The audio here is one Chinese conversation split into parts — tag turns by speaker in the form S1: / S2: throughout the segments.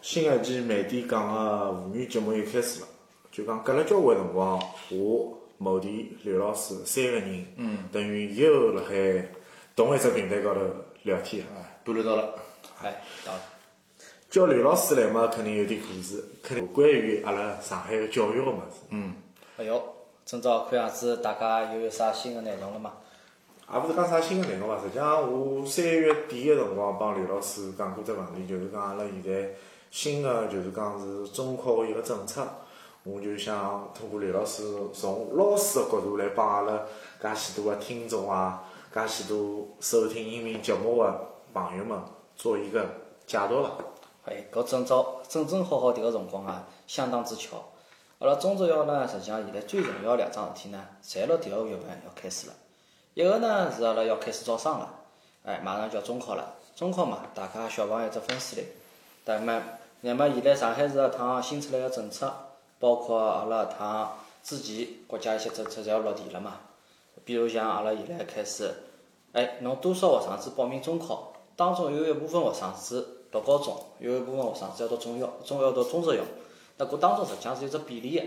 S1: 新一期慢点讲的妇女节目又开始了。就讲隔了交关辰光，我某田刘老师三个人，嗯，等于又辣海同一只平台高头聊天。
S2: 搬了到了，哎，到了，
S1: 叫刘老师来嘛，肯定有点故事，肯定有关于阿拉上海个教育个物事。嗯，
S2: 哎哟，今朝看样子大家又有啥新的内容了嘛？
S1: 也勿是讲啥新个内容伐，实际上我三月底个辰光帮刘老师讲过只问题，就是讲阿拉现在新个就是讲是中考个一个政策，我就想通过刘老师从老师个角度来帮阿拉介许多个听众啊，介许多收听音频节目个朋友们做一个解读伐。
S2: 哎，搿今朝正正好好迭个辰光啊，相当之巧。阿拉中职校呢，实际上现在最重要的两桩事体呢，侪辣迭个月份要开始了。一个呢是阿拉要开始招生了，哎，马上就要中考了。中考嘛，大家小朋友有只分水岭。但么，那么现在上海市一趟新出来个政策，包括阿拉一趟之前国家一些政策侪要落地了嘛。比如像阿拉现在开始，哎，侬多少学生子报名中考，当中有一部分学生子读高中，有一部分学生子要读中校，中校读中职校，那搿当中实际上是有只比例个。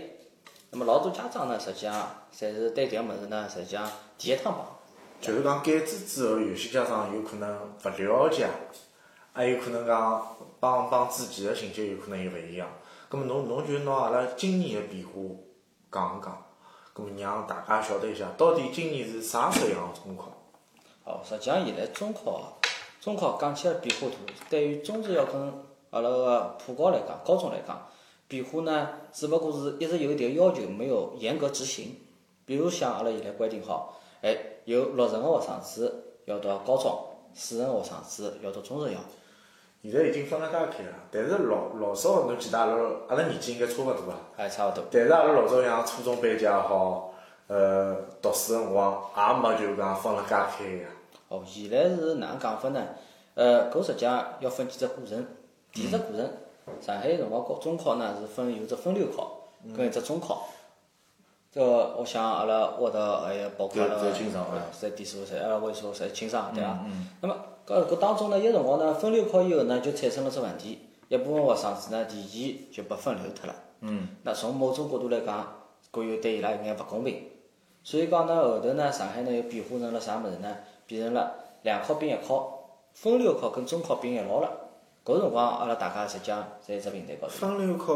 S2: 那么老多家长呢，实际上侪是对迭个物事呢，实际上第一趟碰。
S1: 就是讲改制之后，有些家长有可能勿了解，也有可能讲帮帮之前的情节有可能又勿一样。咁么侬侬就拿阿拉今年的变化讲一讲，咁么让大家晓得一下，到底今年是啥式样的中考？
S2: 哦，实际上现在中考啊，中考讲起来变化大，对于中职校跟阿拉个普高来讲，高中来讲，变化呢，只不过是一直有迭个要求，没有严格执行。比如像阿拉现在规定好，哎，有六成个学生子要读高中，四成个学生子要读中职校。
S1: 现在已经分得介开了，但是老老早侬记得阿拉阿拉年纪应该差勿多啊。
S2: 哎，差勿多。
S1: 但是阿拉老早像初中班级也好，呃，读书辰光也没就讲分了介开个。
S2: 哦，现在是哪能讲法呢？呃，搿实际上要分几只过程。第一只过程，上海辰光高中考呢是分有只分流考跟一只中考。这个我想阿拉沃德还有包括阿拉
S1: 侪侪清爽
S2: 哎侪点数侪阿拉位数侪清爽对伐？那么搿搿当中呢，有辰光呢分流考以后呢，就产生了只问题，一部分学生子呢提前就被分流脱了。嗯。那从某种角度来讲，搿又对伊拉有眼勿公平。所以讲呢，后头呢，上海呢又变化成了啥物事呢？变成了两考并一考，分流考跟中考并一道了。搿辰光阿拉大家实际上在一只平台高头。
S1: 分流考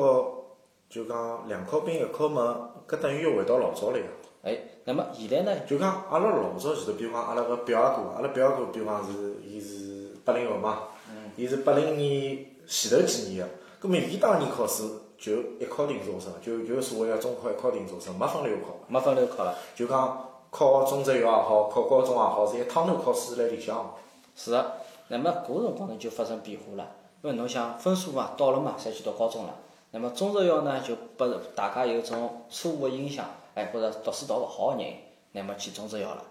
S1: 就讲两考并一考嘛，搿等于又回到老早了呀。
S2: 哎，那么现在呢，
S1: 就讲阿拉老早前头，比方阿拉个表阿哥，阿拉表阿哥，比方是伊是八零后嘛，伊是八零年前头几年个，葛末伊当年考试就一考定终身，就就所谓个中考一考定终身，没分流考，
S2: 没分流考了。
S1: 就讲考中职校也好，考高中也好，是一趟头考试辣里向。
S2: 是的，那么搿辰光呢就发生变化了，因为侬想分数嘛到了嘛，侪去读高中了，那么中职校呢就拨大家有种错误个印象，哎，觉着读书读勿好个人，那么去中职校了，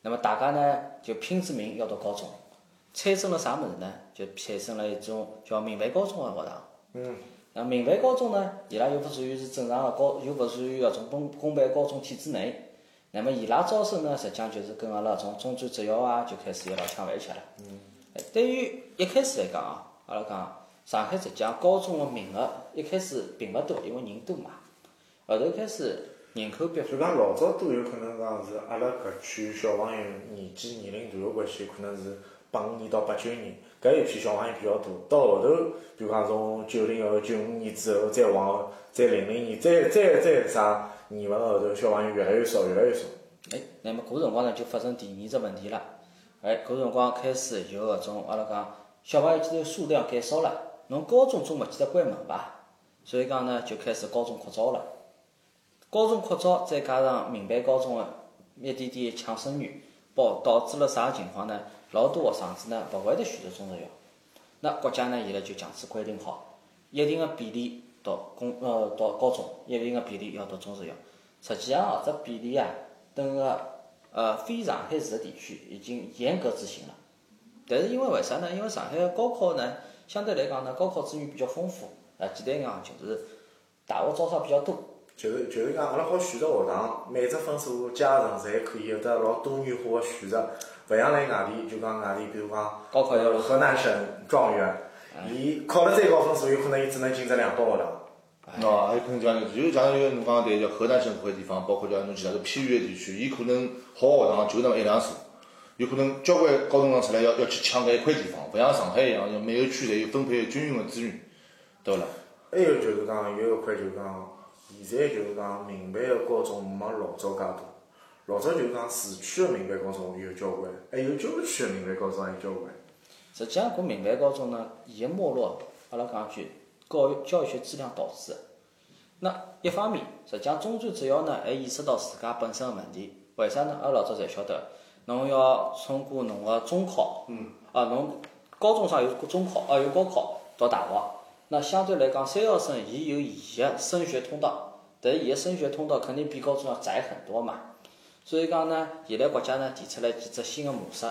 S2: 那么大家呢就拼着命要读高中，产生了啥物事呢？就产生了一种叫民办高中个学堂。
S1: 嗯。
S2: 那民办高中呢，伊拉又勿属于是正常个高，又勿属于搿种公公办高中体制内。那么伊拉招生呢，实际上就是跟阿拉从中专职校啊就开始有老抢饭吃了。嗯。对于一开始来讲啊，阿拉讲上海实际上高中个名额一开始并勿多，因为人多嘛。后头开始人口变
S1: 就讲老早都有可能讲是阿拉搿区小朋友年纪年龄段个关系，可能是八五年到八九年，搿一批小朋友比较多。到后头，比如讲从九零后、九五年之后，再往后，再零零年，再再再啥年份后头，小朋友越来越少，越来越少。
S2: 哎，那么搿辰光呢，就发生第二只问题了。哎，搿辰光开始有搿种阿拉讲小朋友记头数量减少了，侬高中总勿记得关门吧？所以讲呢，就开始高中扩招了。高中扩招再加上民办高中的呃一点点抢生源，导导致了啥情况呢？老多学生子呢勿会得选择中职校。那国家呢现在就强制规定好，一定的比例读公呃读高中，一定的比例要读中职校。实际上搿只比例啊，等个呃非上海市的地区已经严格执行了。但是因为为啥呢？因为上海的高考呢，相对来讲呢，高考资源比较丰富。啊，简单讲就是大学招生比较多。
S1: 就是就是讲，阿拉好选择学堂，每只分数加成侪可以有得老多元化个选择，勿像辣外地，就讲外地，比如讲
S2: 高考要哎
S1: 呃河南省状元，伊考了再高分数，有可能伊只能进只两所学堂。
S3: 喏，哦还有可能讲，就是假如侬讲对，叫河南省搿块地方，包括叫侬其他个偏远地区，伊可能好学堂啊就那么一两所，有可能交关高中生啊出来要要去抢搿一块地方，勿像上海一样，要每个区侪有分配均匀个资源，对勿啦？
S1: 还有就是讲，有一块就是讲，现在就是讲民办个高中没老早介多，老早就是讲市区个民办高中有交关，还有郊区个民办高中也有交关。
S2: 实际上，搿民办高中呢，伊个没落，阿拉讲一句，教育教育学质量导致的。那一方面，实际上中专职校呢，还意识到自家本身个问题。为啥呢？阿拉老早侪晓得，侬要通过侬个中考，嗯，啊，侬高中生有中考，啊，有高考到大学。那相对来讲，三校生伊有伊个升学通道，但是伊个升学通道肯定比高中要窄很多嘛。所以讲呢，现在国家呢提出来几只新的模式，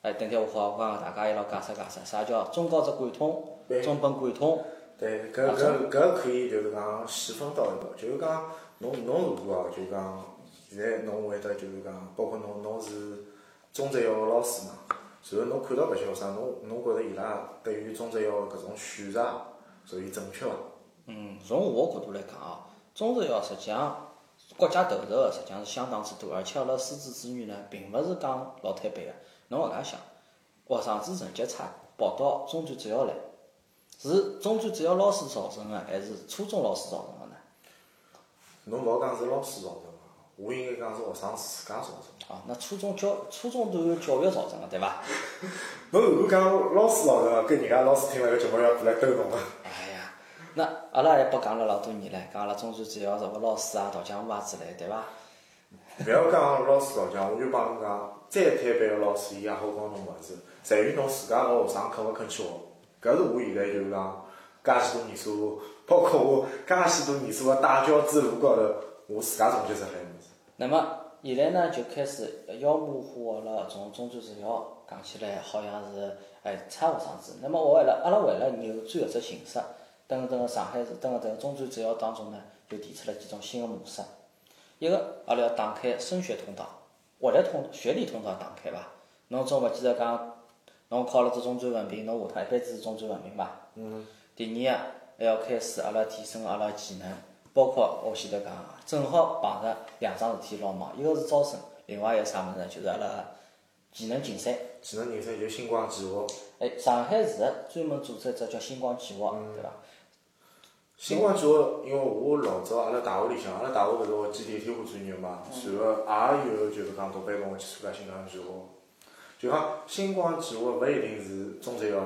S2: 哎，等天我好好帮大家一道解释解释，啥叫中高职贯通、
S1: 对
S2: 中本贯通，
S1: 对，搿搿搿可以就是讲细分到一道，就是讲侬侬如果哦，就是讲现在侬会得就是讲，包括侬侬是中职校个老师嘛，然后侬看到搿些学生，侬侬觉着伊拉对于中职校搿种选择属于正确伐？
S2: 嗯，从我角度来讲啊，中职校实际上国家投入的实际上是相当之多，而且阿拉师资资源呢，并勿是讲老太板个。侬搿能介想，学生子成绩差跑到中专职校来，是中专职校老师造成的，还是初中老师造成的呢？
S1: 侬勿好讲是老师造成个，我应该讲是学生自家造成的。
S2: 啊，那初中教初中都有教育造成的，对伐？
S1: 侬如果讲老师造成个，跟人家老师听了搿 节目要过来斗侬个。
S2: 哎呀，那阿拉也不讲了老多年了，讲阿拉中专职校什么老师啊、陶江武啊之类，对伐？
S1: 勿要讲老师老讲，我就帮侬讲，再推班个老师伊也好教侬物事，在于侬自家个学生肯勿肯去学。搿是我现在就是讲，介许多年数，包括我介许多年数个带教之路高头，我自家总结出来个物事。
S2: 那么现在呢，就开始妖魔化了从中专职校讲起来，好像是哎差学生子。那么我为了阿拉为了扭转搿只形势，等等上海市等等中专职校当中呢，就提出了几种新的模式。一个，阿拉要打开升学通道，学历通学历通道打开伐？侬总勿记得讲，侬考了只中专文凭，侬下趟一辈子是中专文凭伐？嗯。第二啊，还要开始阿拉提升阿拉技能，包括我前头讲啊，正好碰着两桩事体老忙，一个是招生，另外一个啥物事呢？就是阿拉技能竞赛。
S1: 技能人生就星光计划，
S2: 哎，上海市专门组织一只叫星光计划，对伐？
S1: 星光计划，因为我老早阿拉大学里向，阿拉大学勿是学机电天花专业嘛，随后也有就是讲同班同学去参加星光计划，就讲星光计划勿一定是中职校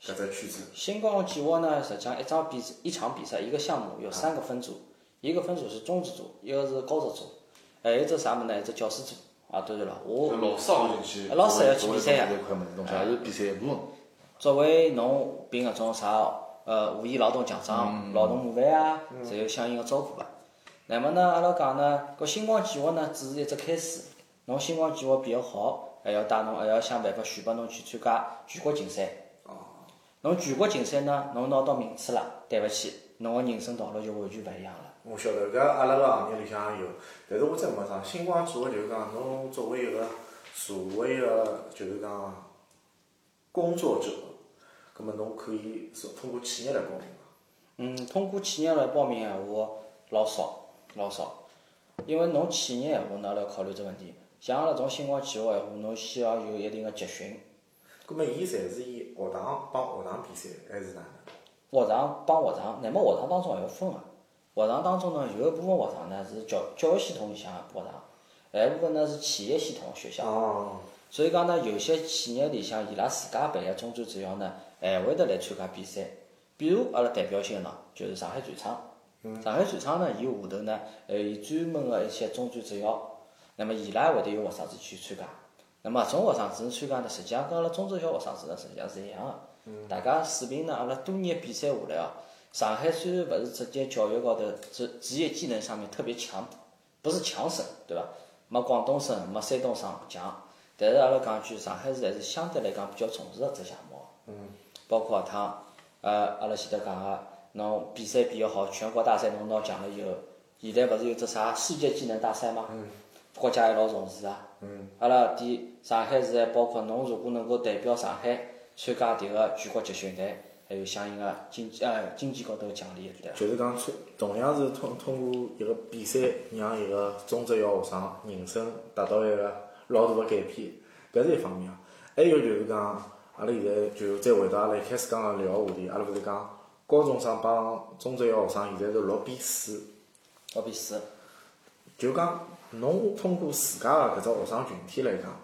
S1: 搿只圈子。
S2: 新光计划呢，实际上一场比一场比赛一个项目有三个分组，一个分组是中职组，一个是高职组，还有一只啥么呢？一只教师组啊。当然了，我
S3: 老师也进去，
S2: 老师也要去比赛呀
S3: 搿块物事，东西也是比赛一部分。
S2: 作为侬凭搿种啥呃五一劳动奖章、劳动模范啊，侪有相应个照顾啊。那么呢，阿拉讲呢，搿星光计划呢，只是一只开始。侬星光计划比较好，还要带侬，还要想办法选拔侬去参加全国竞赛。哦。侬全国竞赛呢，侬拿到名次了，对勿起，侬个人生道路就完全勿一样了。
S1: 我晓得，搿阿拉个行业里向也有，但是我真没啥。星光计划就是讲，侬作为一个社会个就是讲工作者，葛末侬可以是通过企业来报名嘛。
S2: 嗯，通过企业来报名闲话老少老少，因为侬企业闲话，侬也要考虑这问题。像阿拉种星光计划闲话，侬先要有一定的集训，
S1: 葛末伊侪是以学堂帮学堂比赛，还是哪能？
S2: 学堂帮学堂，乃末学堂当中也要分个、啊学堂当中呢，有一部分学堂呢是教教育系统里向的学堂，还有一部分呢是企业系统学校。
S1: 哦，
S2: 所以讲呢，有些企业里向伊拉自家办个中专职校呢，还会得来参加比赛。比如阿拉代表性的喏，就是上海船厂。上海船厂呢，伊下头呢，还有伊专门个一些中专职校，那么伊拉会得有学生子去参加。那么搿种学生子参加呢，实际上跟阿拉中专校学生子呢，实际上是一样个。大家水平呢，阿拉多年比赛下来哦，上海虽然勿是直接教育高头职职业技能上面特别强，不是强省，对伐？没广东省、没山东省强，但是阿拉讲一句，上海市还是相对来讲比较重视搿只项目。嗯。包括学堂，呃，阿拉前头讲个，侬比赛比较好，全国大赛侬拿奖了以后，现在勿是有只啥世界技能大赛吗？嗯。国家也老重视啊。嗯。阿拉点上海市还包括侬如果能够代表上海参加迭个全国集训队，还有相应个经济呃经济高头的奖励，对伐？
S1: 就是讲通同样是通通过一个比赛，让一个中职校学生人生达到一个老大的改变，搿是一方面啊。还有就是讲，阿拉现在就再回到阿拉一开始讲个聊个话题，阿拉勿是讲高中生帮中职校学生现在是六比四，
S2: 好比是。
S1: 就讲侬通过自家个搿只学生群体来讲，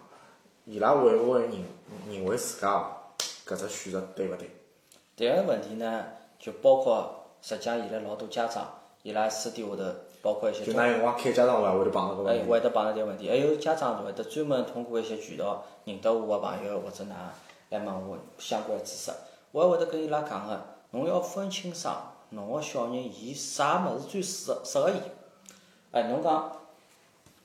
S1: 伊拉会勿会认认为自家搿只选择对勿对？
S2: 第二个问题呢，就包括实际上现在老多家长，伊拉私底下头，包括一些
S1: 就
S2: 中
S1: 那辰光开家长会也会得碰到搿
S2: 哎
S1: 问，题。
S2: 会得碰到迭个问题，还有家长会得专门通过一些渠道认得我个朋友或者哪来问我相关知识，我还会得跟伊拉讲个，侬要分清爽侬个小人伊啥物事最适适合伊。哎，侬讲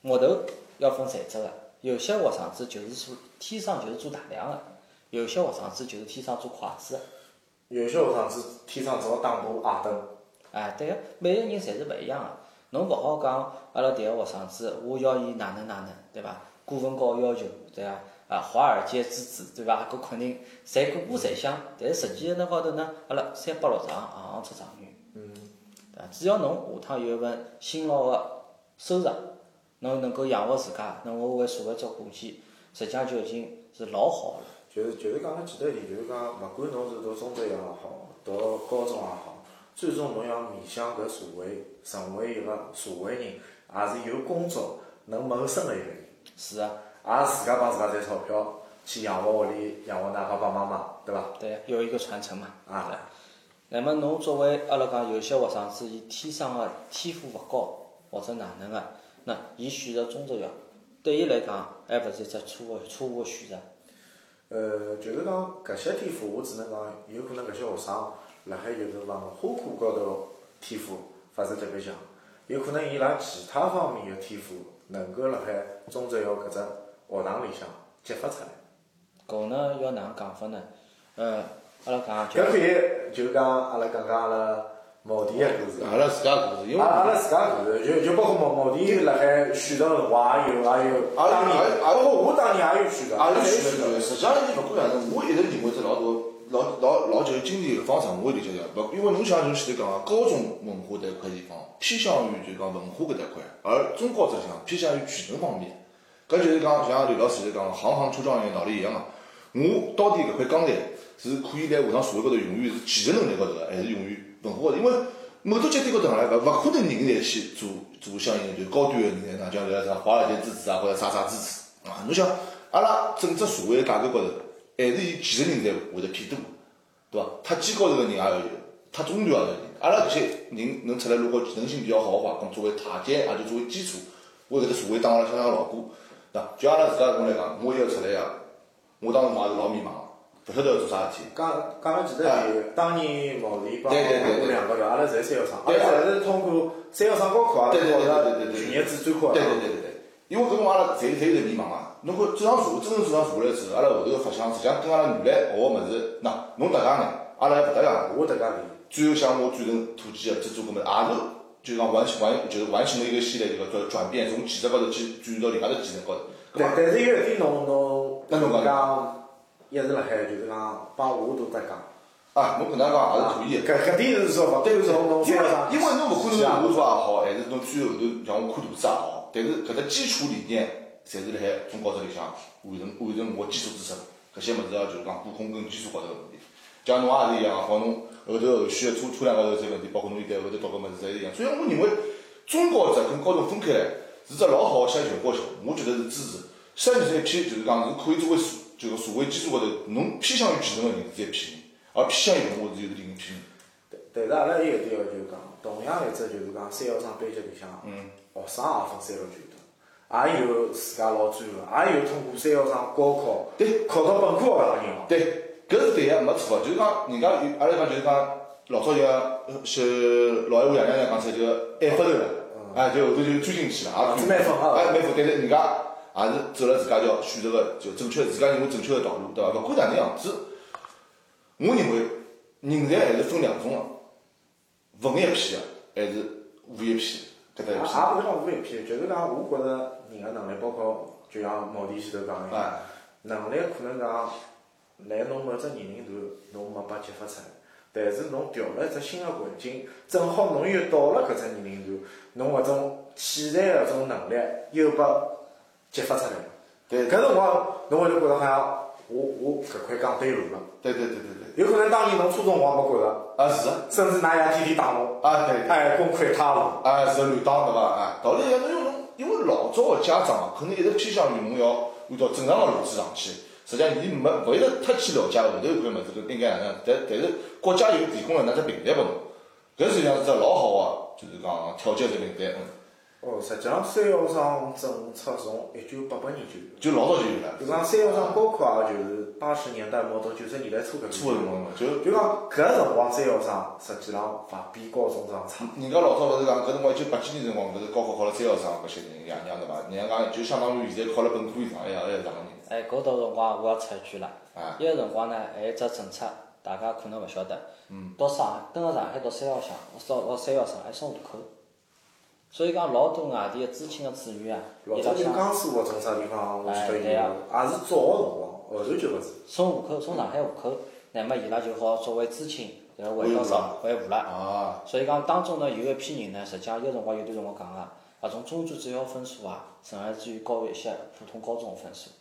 S2: 木头要分材质个，有些学生子就是做天生就是做大梁个，有些学生子就是天生做筷子个。
S1: 有些学生是天生只好打啊部矮凳。
S2: 哎，对个，每个人侪是勿一样个、侬勿好讲阿拉迭个学生子，我要伊哪能哪能，对伐？过分高要求，对伐？啊，华尔街之子，对伐？搿肯定侪个个侪想，但是实际那高头呢，阿拉三百六十行，行行出状元。嗯。对伐？只要侬下趟有一份辛劳个收入，侬能够养活自家，能够为社会做贡献，实际上就已经是老好了。
S1: 就是就是讲了简单一点，就是讲，勿管侬是读中职也好，读高中也好，最终侬要面向搿社会，成为一个社会人，也是有工作能谋生的一个人，
S2: 是啊，
S1: 也自家帮自家赚钞票，去养活屋里，养活㑚爸爸妈妈，对伐？
S2: 对啊，有一个传承嘛。
S1: 啊
S2: 对伐那么侬作为阿拉讲有些学生子，伊天生个天赋勿高或者哪能个，那伊选择中职校，对伊来讲还勿是一只错误错误个选择。
S1: 呃，就是讲搿些天赋，我只能讲，有可能搿些学生辣海有辰光花科高头天赋勿是特别强，有可能伊拉其他方面的天赋能够辣海中职校搿只学堂里向激发出来。
S2: 搿呢要哪能讲法呢？呃，阿拉讲就
S1: 搿可以就讲阿拉讲讲阿拉毛弟个故事，
S3: 阿拉自家故事，因为
S1: 阿
S2: 啊
S1: 阿拉自家故事，就就包括毛毛弟辣海选择个辰光也有也有，
S3: 阿拉
S1: 当年
S3: 阿拉
S1: 包括我当年也有选择，
S3: 阿拉
S1: 也有
S3: 选择，啊实际上你勿管哪能，我一直认为这老大老老老就是经济搿方向，我理解的。勿，因为侬像就前头讲个高中文化迭一块地方，偏向于就讲文化搿搭块，而中高职向偏向于全能方面。搿就是讲，像刘老师就讲个，行行出状元道理一样个。啊我到底搿块钢材是可以来下趟社会高头用于是技术能力高头个，还是用于文化高头？因为某种节点高头来勿勿可能人侪去做做相应的就高端个人，那像啥华尔街之子啊，或者啥啥之子啊。侬想，阿拉整只社会的架构高头，还是以技术人才会得偏多。对伐？他技高头个人也要有，他中端也要有。阿拉搿些人能出来，如果技能性比较好个话，咁作为塔尖，也就作为基础，为搿只社会打下了相当的牢固。对伐？就阿拉自家搿种来讲，我一个出来呀，我当时我也是老迷茫的，勿晓得要做啥事体。
S1: 讲讲了简单点，当年毛利帮
S3: 啊对对对
S1: 我
S3: 对
S1: 两个人，阿拉侪三校生，阿
S3: 对啊
S1: 拉侪是通过三校生高考，啊阿拉
S3: 对对对
S1: 考啊
S3: 对
S1: 了
S3: 对对对
S1: 全日制专科，
S3: 对对对对对，因为搿辰光阿拉侪侪有点迷茫啊。侬看正常社会，真正正常社会来之后，阿拉后头个发想，实际上跟阿拉原来学个物事，喏，侬搭界眼，阿拉还勿搭界眼。
S1: 我迭家理。
S3: 最后像我转成土鸡啊，制作搿么也是就讲完成完就是完成了一个系列，就叫转变，从技术高头去转到另外头技能高头。搿
S1: 但
S3: 么
S1: 但是有一点侬侬
S3: 那侬讲
S1: 讲，一直辣海就是讲帮我都搭讲。
S3: 啊，侬搿能讲也是可以
S1: 搿
S3: 的。
S1: 搿点是说勿对，从侬
S3: 因
S1: 三
S3: 为
S1: 校生，
S3: 因为侬勿可能
S1: 是啊
S3: 是我做也好，还是侬最后头像我看哦图纸也好，但是搿只基础理念，侪是辣海中高头里向完成完成我基础知识搿些物事啊，就是讲补空跟基础高头个问题。假如侬也是一样啊，包括侬后头后续的车车辆高头这些问题，包括侬现在后头读个物事侪是一样。所以我认为中高职跟高中分开来是只老好个筛选过程，我觉得是支持。筛选出一批就是讲是可以作为社就是社会基础高头，侬偏向于技能个人是一批人，而偏向于文化是有另一批人。
S1: 但是阿拉有一点要求讲，同样一只就是讲三校生班级里向，
S3: 嗯
S1: 学生也分三六九等，也有自家老专个，也有通过三校生高考，
S3: 对
S1: 考到本科个人哦。
S3: 对，搿是对个，没错个。就是讲，人家有阿拉讲就是讲，老早就是老一辈爷娘娘讲出来就爱发头了，哎，就后头就钻进去了，啊
S1: 是蛮分啊
S3: 哎，蛮分。但是人家也是走了自家条选择个就正确，自家认为正确个道路，对伐？勿管哪能样子，我认为人才还是分两种个，文艺批个还是武艺批搿搭
S1: 也
S3: 一
S1: 也勿
S3: 批。
S1: 是讲我一批，就是讲我觉着人个能力，包括就像毛弟前头讲一样
S3: 哎，
S1: 能力可能讲，来侬某只年龄段侬没被激发出来，但是侬调了一只新个环境，正好侬又到了搿只年龄段，侬搿种潜在搿种能力又被激发出来了。
S3: 对
S1: 搿辰光侬会得觉着好像我我搿块讲对路了，
S3: 对对对对
S1: 有可能当年侬初中辰光没觉着，
S3: 对，啊是啊，
S1: 甚至㑚爷天天打侬，
S3: 啊对对。
S1: 哎，功亏一篑了。
S3: 啊，是乱当对伐？啊，道理一样，因为侬因为老早个家长啊，可能一直偏向于侬要按照正常个路子上去。实际上，伊没勿会得太去了解后头搿块物事搿应该哪能样，但但是国家有提供了哪只平台拨侬，搿实际上是只老好个，就是讲调节只平台，嗯，
S1: 哦，实际上三幺生政策从一九八八年就有，
S3: 就老早就有了，
S1: 就讲三幺生高考也就是八十年代末到九十年代初搿
S3: 初个辰光就
S1: 就讲搿辰光三幺生实际上勿比高中生差。
S3: 人家老早勿是讲搿辰光一九八几年辰光，勿是高考考了三幺三搿些人爷娘对伐？人家讲就相当于现在考了本科以上，还要还要上个人，
S2: 哎，搿到辰光我要插一句了
S3: 啊，
S2: 伊个辰光呢，还有一只政策，大家可能勿晓得。嗯。到上海，登了上海到三幺乡，到到三幺上海送户口。所以讲，老多外地个知青个子女啊，
S1: 老
S2: 伊
S1: 早
S2: 拉
S1: 有
S2: 想
S1: 江苏或者啥地方，我记得有，
S2: 哎对
S1: 也
S2: 啊
S1: 是早个辰光，后头就勿是。
S2: 送户口，送上海户口，那么伊拉就好作为知青，然后回到上回户了。
S3: 啊，
S2: 所以讲，当中呢有一批人呢，实际上有辰光有段辰光讲啊，啊从中专职校分数啊，甚至于高于一些普通高中的分数。啊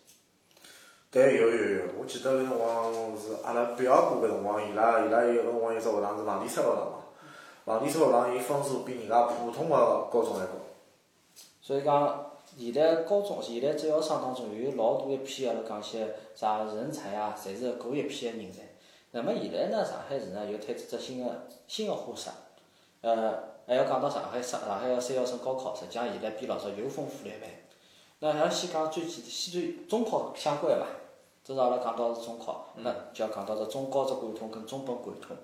S1: 对，有有有，我记得搿辰光是阿拉表哥搿辰光，伊拉伊拉有搿辰光有只学堂是房地产学堂嘛，房地产学堂伊分数比人家普通个高中还高。
S2: 所以讲，现在高中现在职校生当中有老大一批阿拉讲些啥人才啊，侪是搿一批的人才。那么现在呢，上海市呢又推出只新的新的花式，呃，还要讲到上海上上海个三幺生高考，实际上现在比老早又丰富了一万。那还要先讲最简先最中考相关的伐？这是阿拉讲到是中考，那就要讲到这中高职贯通跟中本贯通。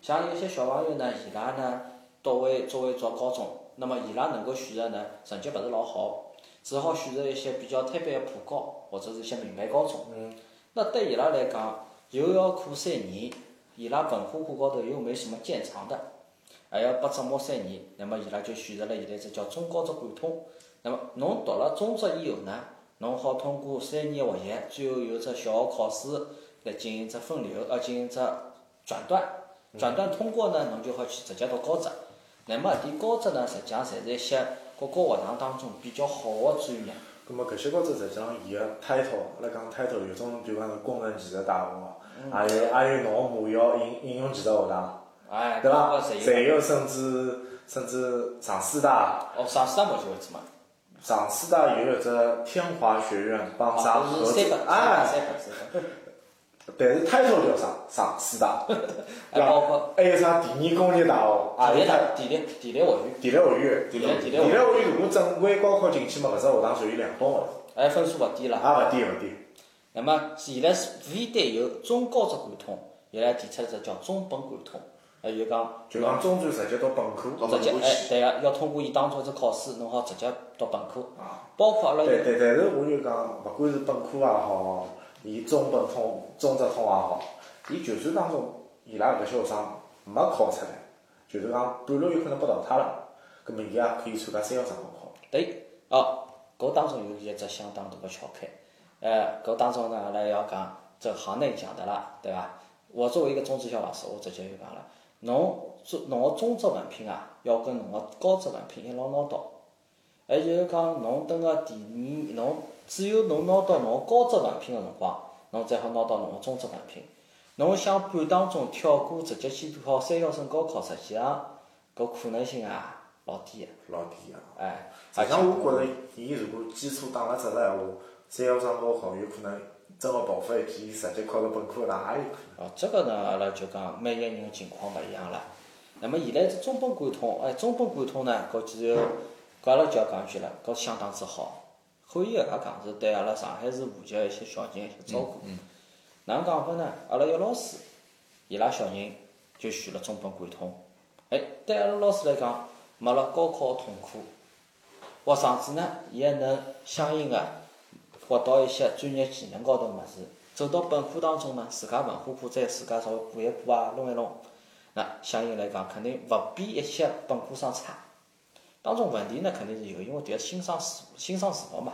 S2: 像有些小朋友呢，伊拉呢到位作为读高中，那么伊拉能够选择呢成绩勿是老好，只好选择一些比较特别的普高或者是一些民办高中。嗯。那对伊拉来讲，又要苦三年，伊拉文化课高头又没什么见长的，还要被折磨三年，那么伊拉就选择了现在这叫中高职贯通。那么侬读了中职以后呢，侬好通过三年的学习，最后有只小学考试来进行一只分流，呃，进行一只转段。转段通过呢，侬就好去直接到高职。那么点高职呢，实际上侪是一些各个学堂当中比较好的专业。
S1: 咁么搿些高头实际上伊个 title，阿拉讲 title 有种比如讲是工程技术大
S2: 嗯
S1: 学啊，也有也有侬母校应应用技术学堂，
S2: 哎，
S1: 对
S2: 搿
S1: 伐？
S2: 个侪有。
S1: 侪有甚至甚至上师大，
S2: 哦，上师大目前为止嘛，
S1: 上师大有一只天华学院帮啥
S2: 啊，
S1: 合作
S2: 是三本，，三本，
S1: 哎，
S2: 三本，三本。
S1: 但是 title 叫啥？上师 大，
S2: 还
S1: 对
S2: 包
S1: 伐
S2: 括？
S1: 还有啥第二工业大学，
S2: 地
S1: 也
S2: 理
S1: 有
S2: 大、地理、地理学院，
S1: 地理学院，地理
S2: 地理地
S1: 地理
S2: 理学
S1: 学
S2: 院
S1: 院，如果正规高考进去嘛，搿只学堂属于两栋个，
S2: 哎，分数勿低了。
S1: 也勿低勿低。
S2: 那么现在是非但有中高职贯通，伊拉提出了只叫中本贯通，还有讲
S1: 就讲中专直接到本科，
S3: 到
S2: 直接
S3: 本科
S2: 哎，
S3: 去
S2: 对个，要通过伊当中一只考试，侬好直接到本科。包括阿拉有
S1: 啊对对，但是我就讲，勿管是本科也好，伊中本通、中职通也好，伊就算当中伊拉搿些学生没考出来，就是讲半路有可能被淘汰了，葛末伊也可以参加三幺三高考。
S2: 对，哦，搿当中有一只相当大个巧开，呃，搿当中呢，阿拉要讲这行内讲的啦，对伐？我作为一个中职校老师，我直接就讲了，侬中侬个中职文凭啊，要跟侬个高职文凭一道拿到，也就是讲侬等个第二，侬只有侬拿到侬高职文凭个辰光，侬才好拿到侬个中职文凭。侬想半当中跳过直接去考三幺省高考，实际上搿可能性啊老低个，
S1: 老低啊。
S2: 哎，
S1: 实际上，我觉着伊如果基础打了扎实闲话，三幺三高考有可能真个爆发一批，直接考到本科大也有可能。
S2: 哦，这个呢，阿拉就讲每一个人的情况勿一样了。那么现在这中本贯通，哎，中本贯通呢，搿既然搿阿拉就要讲一句了，搿相当之好。可以搿能讲是对阿拉上海市户籍的一些小人一些照顾。哪能讲法呢？阿拉有老师，伊拉小人就选了中本贯通。哎，对阿拉老师来讲，没了高考的痛苦，学生子呢，伊还能相应的学到一些专业技能高头物事。走到本科当中呢，自家文化课再自家稍微补一补啊，弄一弄，那相应来讲肯定勿比一些本科生差。当中问题呢肯定是有，因为迭个新生市新生市场嘛，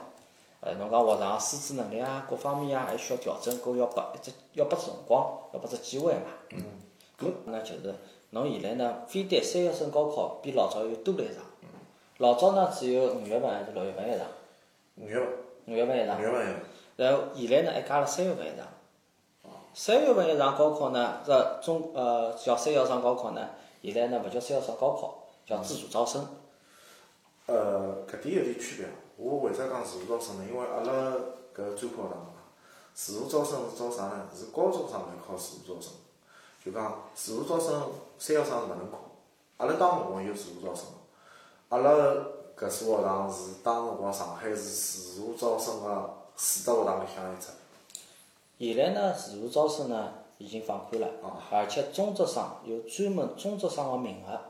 S2: 呃，侬讲学堂师资能力啊，各方面啊，还需要调整，搿要拨一只要拨辰光，要拨只机会嘛。嗯。搿那就是侬现在呢，非但三月份高考比老早又多了一场，老早呢只有五月份还是六月份一场，
S1: 五月份，
S2: 五月份一场
S1: 五。月份有，
S2: 然后现在呢还加了三月份一场，三月份一场高考呢，这中呃叫三幺三高考呢，现在呢勿叫三幺三高考，叫自主招生。
S1: 呃，搿点有点区别。我为啥讲自主招生呢？因为阿拉搿专科学堂嘛，自主招生是招啥呢？是高中生来考自主招生，就讲自主招生三幺三是勿能考。阿拉当辰光有自主招生，阿拉搿所学堂是当辰光上海市自主招生个四大学堂里向一只。
S2: 现在呢，自主招生呢已经放宽了，而且中职生有专门中职生的名额，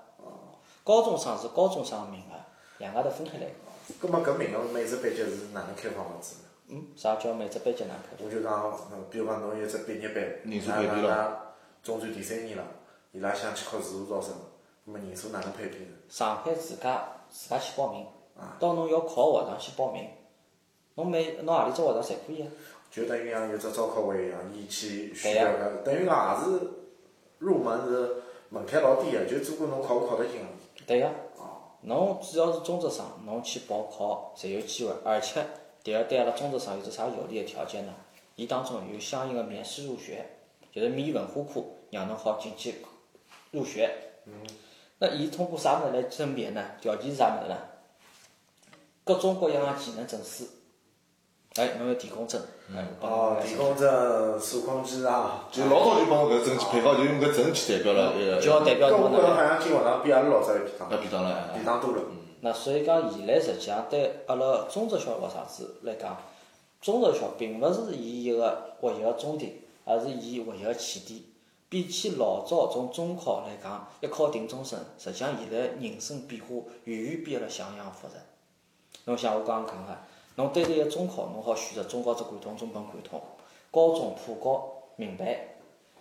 S2: 高中生是高中生的名额，两家头分开来。
S1: 葛末搿名额每只班级是哪能开放法子呢？
S2: 嗯，啥叫每只班级哪开？
S1: 我就讲，呃比如讲侬有只毕业班，
S3: 人数
S1: 那
S3: 配比
S1: 那
S3: 了
S1: 那中专第三年了，伊拉想去考自主招生，那么人数哪能配比呢？
S2: 上海自家自家去报名，到侬要考学堂去报名，侬每侬何里只学堂侪可以啊。
S1: 就等于像有只招考会一样，伊去
S2: 对
S1: 选
S2: 呀
S1: 个，等于讲也是入门是门槛老低个，啊就只管侬考勿考得进而已。
S2: 对个、侬只要是中职生，侬去报考侪有机会，而且迭个对阿拉中职生有只啥有利的条件呢？伊当中有相应的免试入学，就是免文化课，让侬好进去入学。嗯。那伊通过啥物事来甄别呢？条件是啥物事呢？各种各样的技能证书，哎，侬要提供证，哎，帮侬
S1: 哦
S2: 来，
S1: 提供只数控机啊，
S3: 就老早就帮搿证去配好，就用搿证去代表了一个
S2: 就要代表
S1: 搿
S2: 侬
S1: 我觉着
S2: 呢。
S1: 好像进学堂比阿拉老早还便当
S2: 嗯
S3: 啊，，便当了
S1: 便
S3: 哎。
S1: 当多了。
S2: 那所以讲，现在实际上对阿拉中职小学生子来讲，中职小并勿是伊一个活跃的终点，而是伊活跃的起点。比起老早从中考来讲，一考定终身，实际上现在人生变化远远比阿拉想象的复杂。侬像我刚刚讲个，侬单单一个中考，侬好选择中高职贯通、中本贯通、高中普高、民办。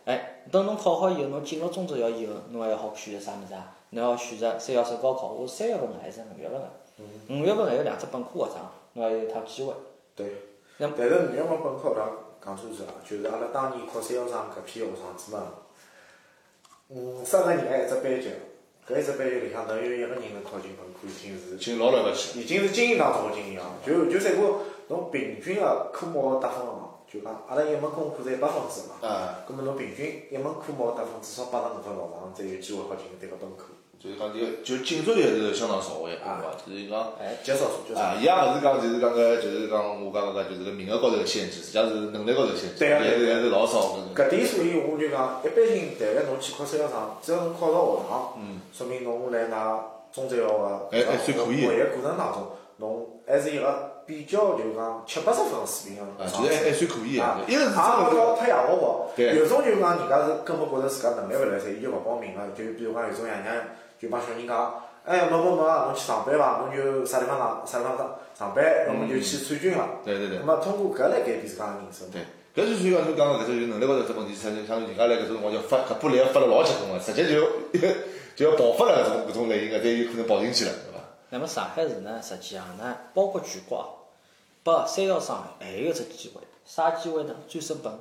S2: 哎，等侬考好以后，侬进了中职校以后，侬还要好选择啥物事啊？侬要选择三幺四高考，我三月份的还是五月份的？五月份还有两只本科学生，侬还有一趟机会。
S1: 对，
S2: 那
S1: 但是你要往本科学堂讲穿是啊，就是阿拉当年考三幺三搿批学生子嘛，五十个人一只班级，搿一只班级里向能有一个人能考进本科，已经是
S3: 就老了勿起，
S1: 已经是精英当中的精英啊！就就三个侬平均个科目个得分啊，就讲阿拉一门功课是一百分制嘛，
S3: 啊，
S1: 葛末侬平均一门科目个得分至少八十五分往上，才有机会好进迭个本科。
S3: 就是讲这个就竞争也是相当少个，对伐？就是讲。
S2: 哎，
S1: 极少数，就是
S3: 啊啊，伊也勿是讲，就是讲个，就是讲我讲个，就是个名额高头的限制，实际上是能力高头的限制，
S1: 对啊
S3: 还是还是老少搿种。
S1: 搿点，所以我就讲，一般性，但凡侬去考三幺三，只要侬考到学堂，说明侬来㑚中啊职校个
S3: 哎哎嗯算可以
S1: 学
S3: 的
S1: 习过程当中，侬还是一个比较就讲七八十分的水平
S3: 啊，
S1: 个
S3: 就是还还算可以
S1: 啊
S3: 的，，一个
S1: 也
S3: 是
S1: 勿
S3: 真
S1: 要
S3: 的
S1: 太野活跑。
S3: 对
S1: 有种就是讲人家是根本觉着自家能力勿来噻，伊就勿报名个。就比如讲有种爷娘就帮小人讲，哎，某某某啊，侬去上班伐？侬就啥地方上啥地方上上班，那么就去参军了。
S3: 对对对
S1: 那么通过搿来改变自家个人生。
S3: 对，搿就是讲侬讲个搿种就能力高头搿问题，实际上人家来搿种辰光就发搿波来发了老结棍个，直接就 就要爆发了搿种搿种类型个，才有可能跑进去了，对伐？
S2: 那么上海市呢，实际上呢，包括全国啊，拨三幺三还有一只机会，啥机会呢？专升本。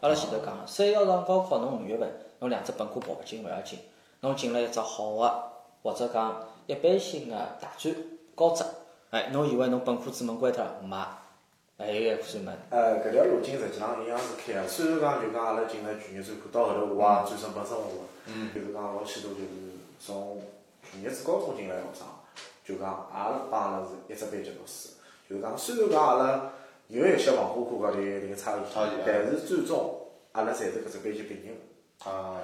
S2: 阿拉前头讲了，三幺三高考侬五月份，侬两只本科报勿进勿要紧，侬进了一只好个，或者讲一般性个大专、高职，哎，侬以为侬本科之门关脱了？没，还有一算没。
S1: 呃，搿条路径实际上一样是开个，虽然讲就讲阿拉进了全业最到后头我也转成本身我，嗯，就是讲老许多就是从全业至高中进来的学生，就讲也是帮阿拉是一只班级读书，就是讲虽然讲阿拉有一些文化课高头有一定差异
S3: 差异，
S1: 但是最终阿拉侪是搿只班级毕业的。
S3: 啊，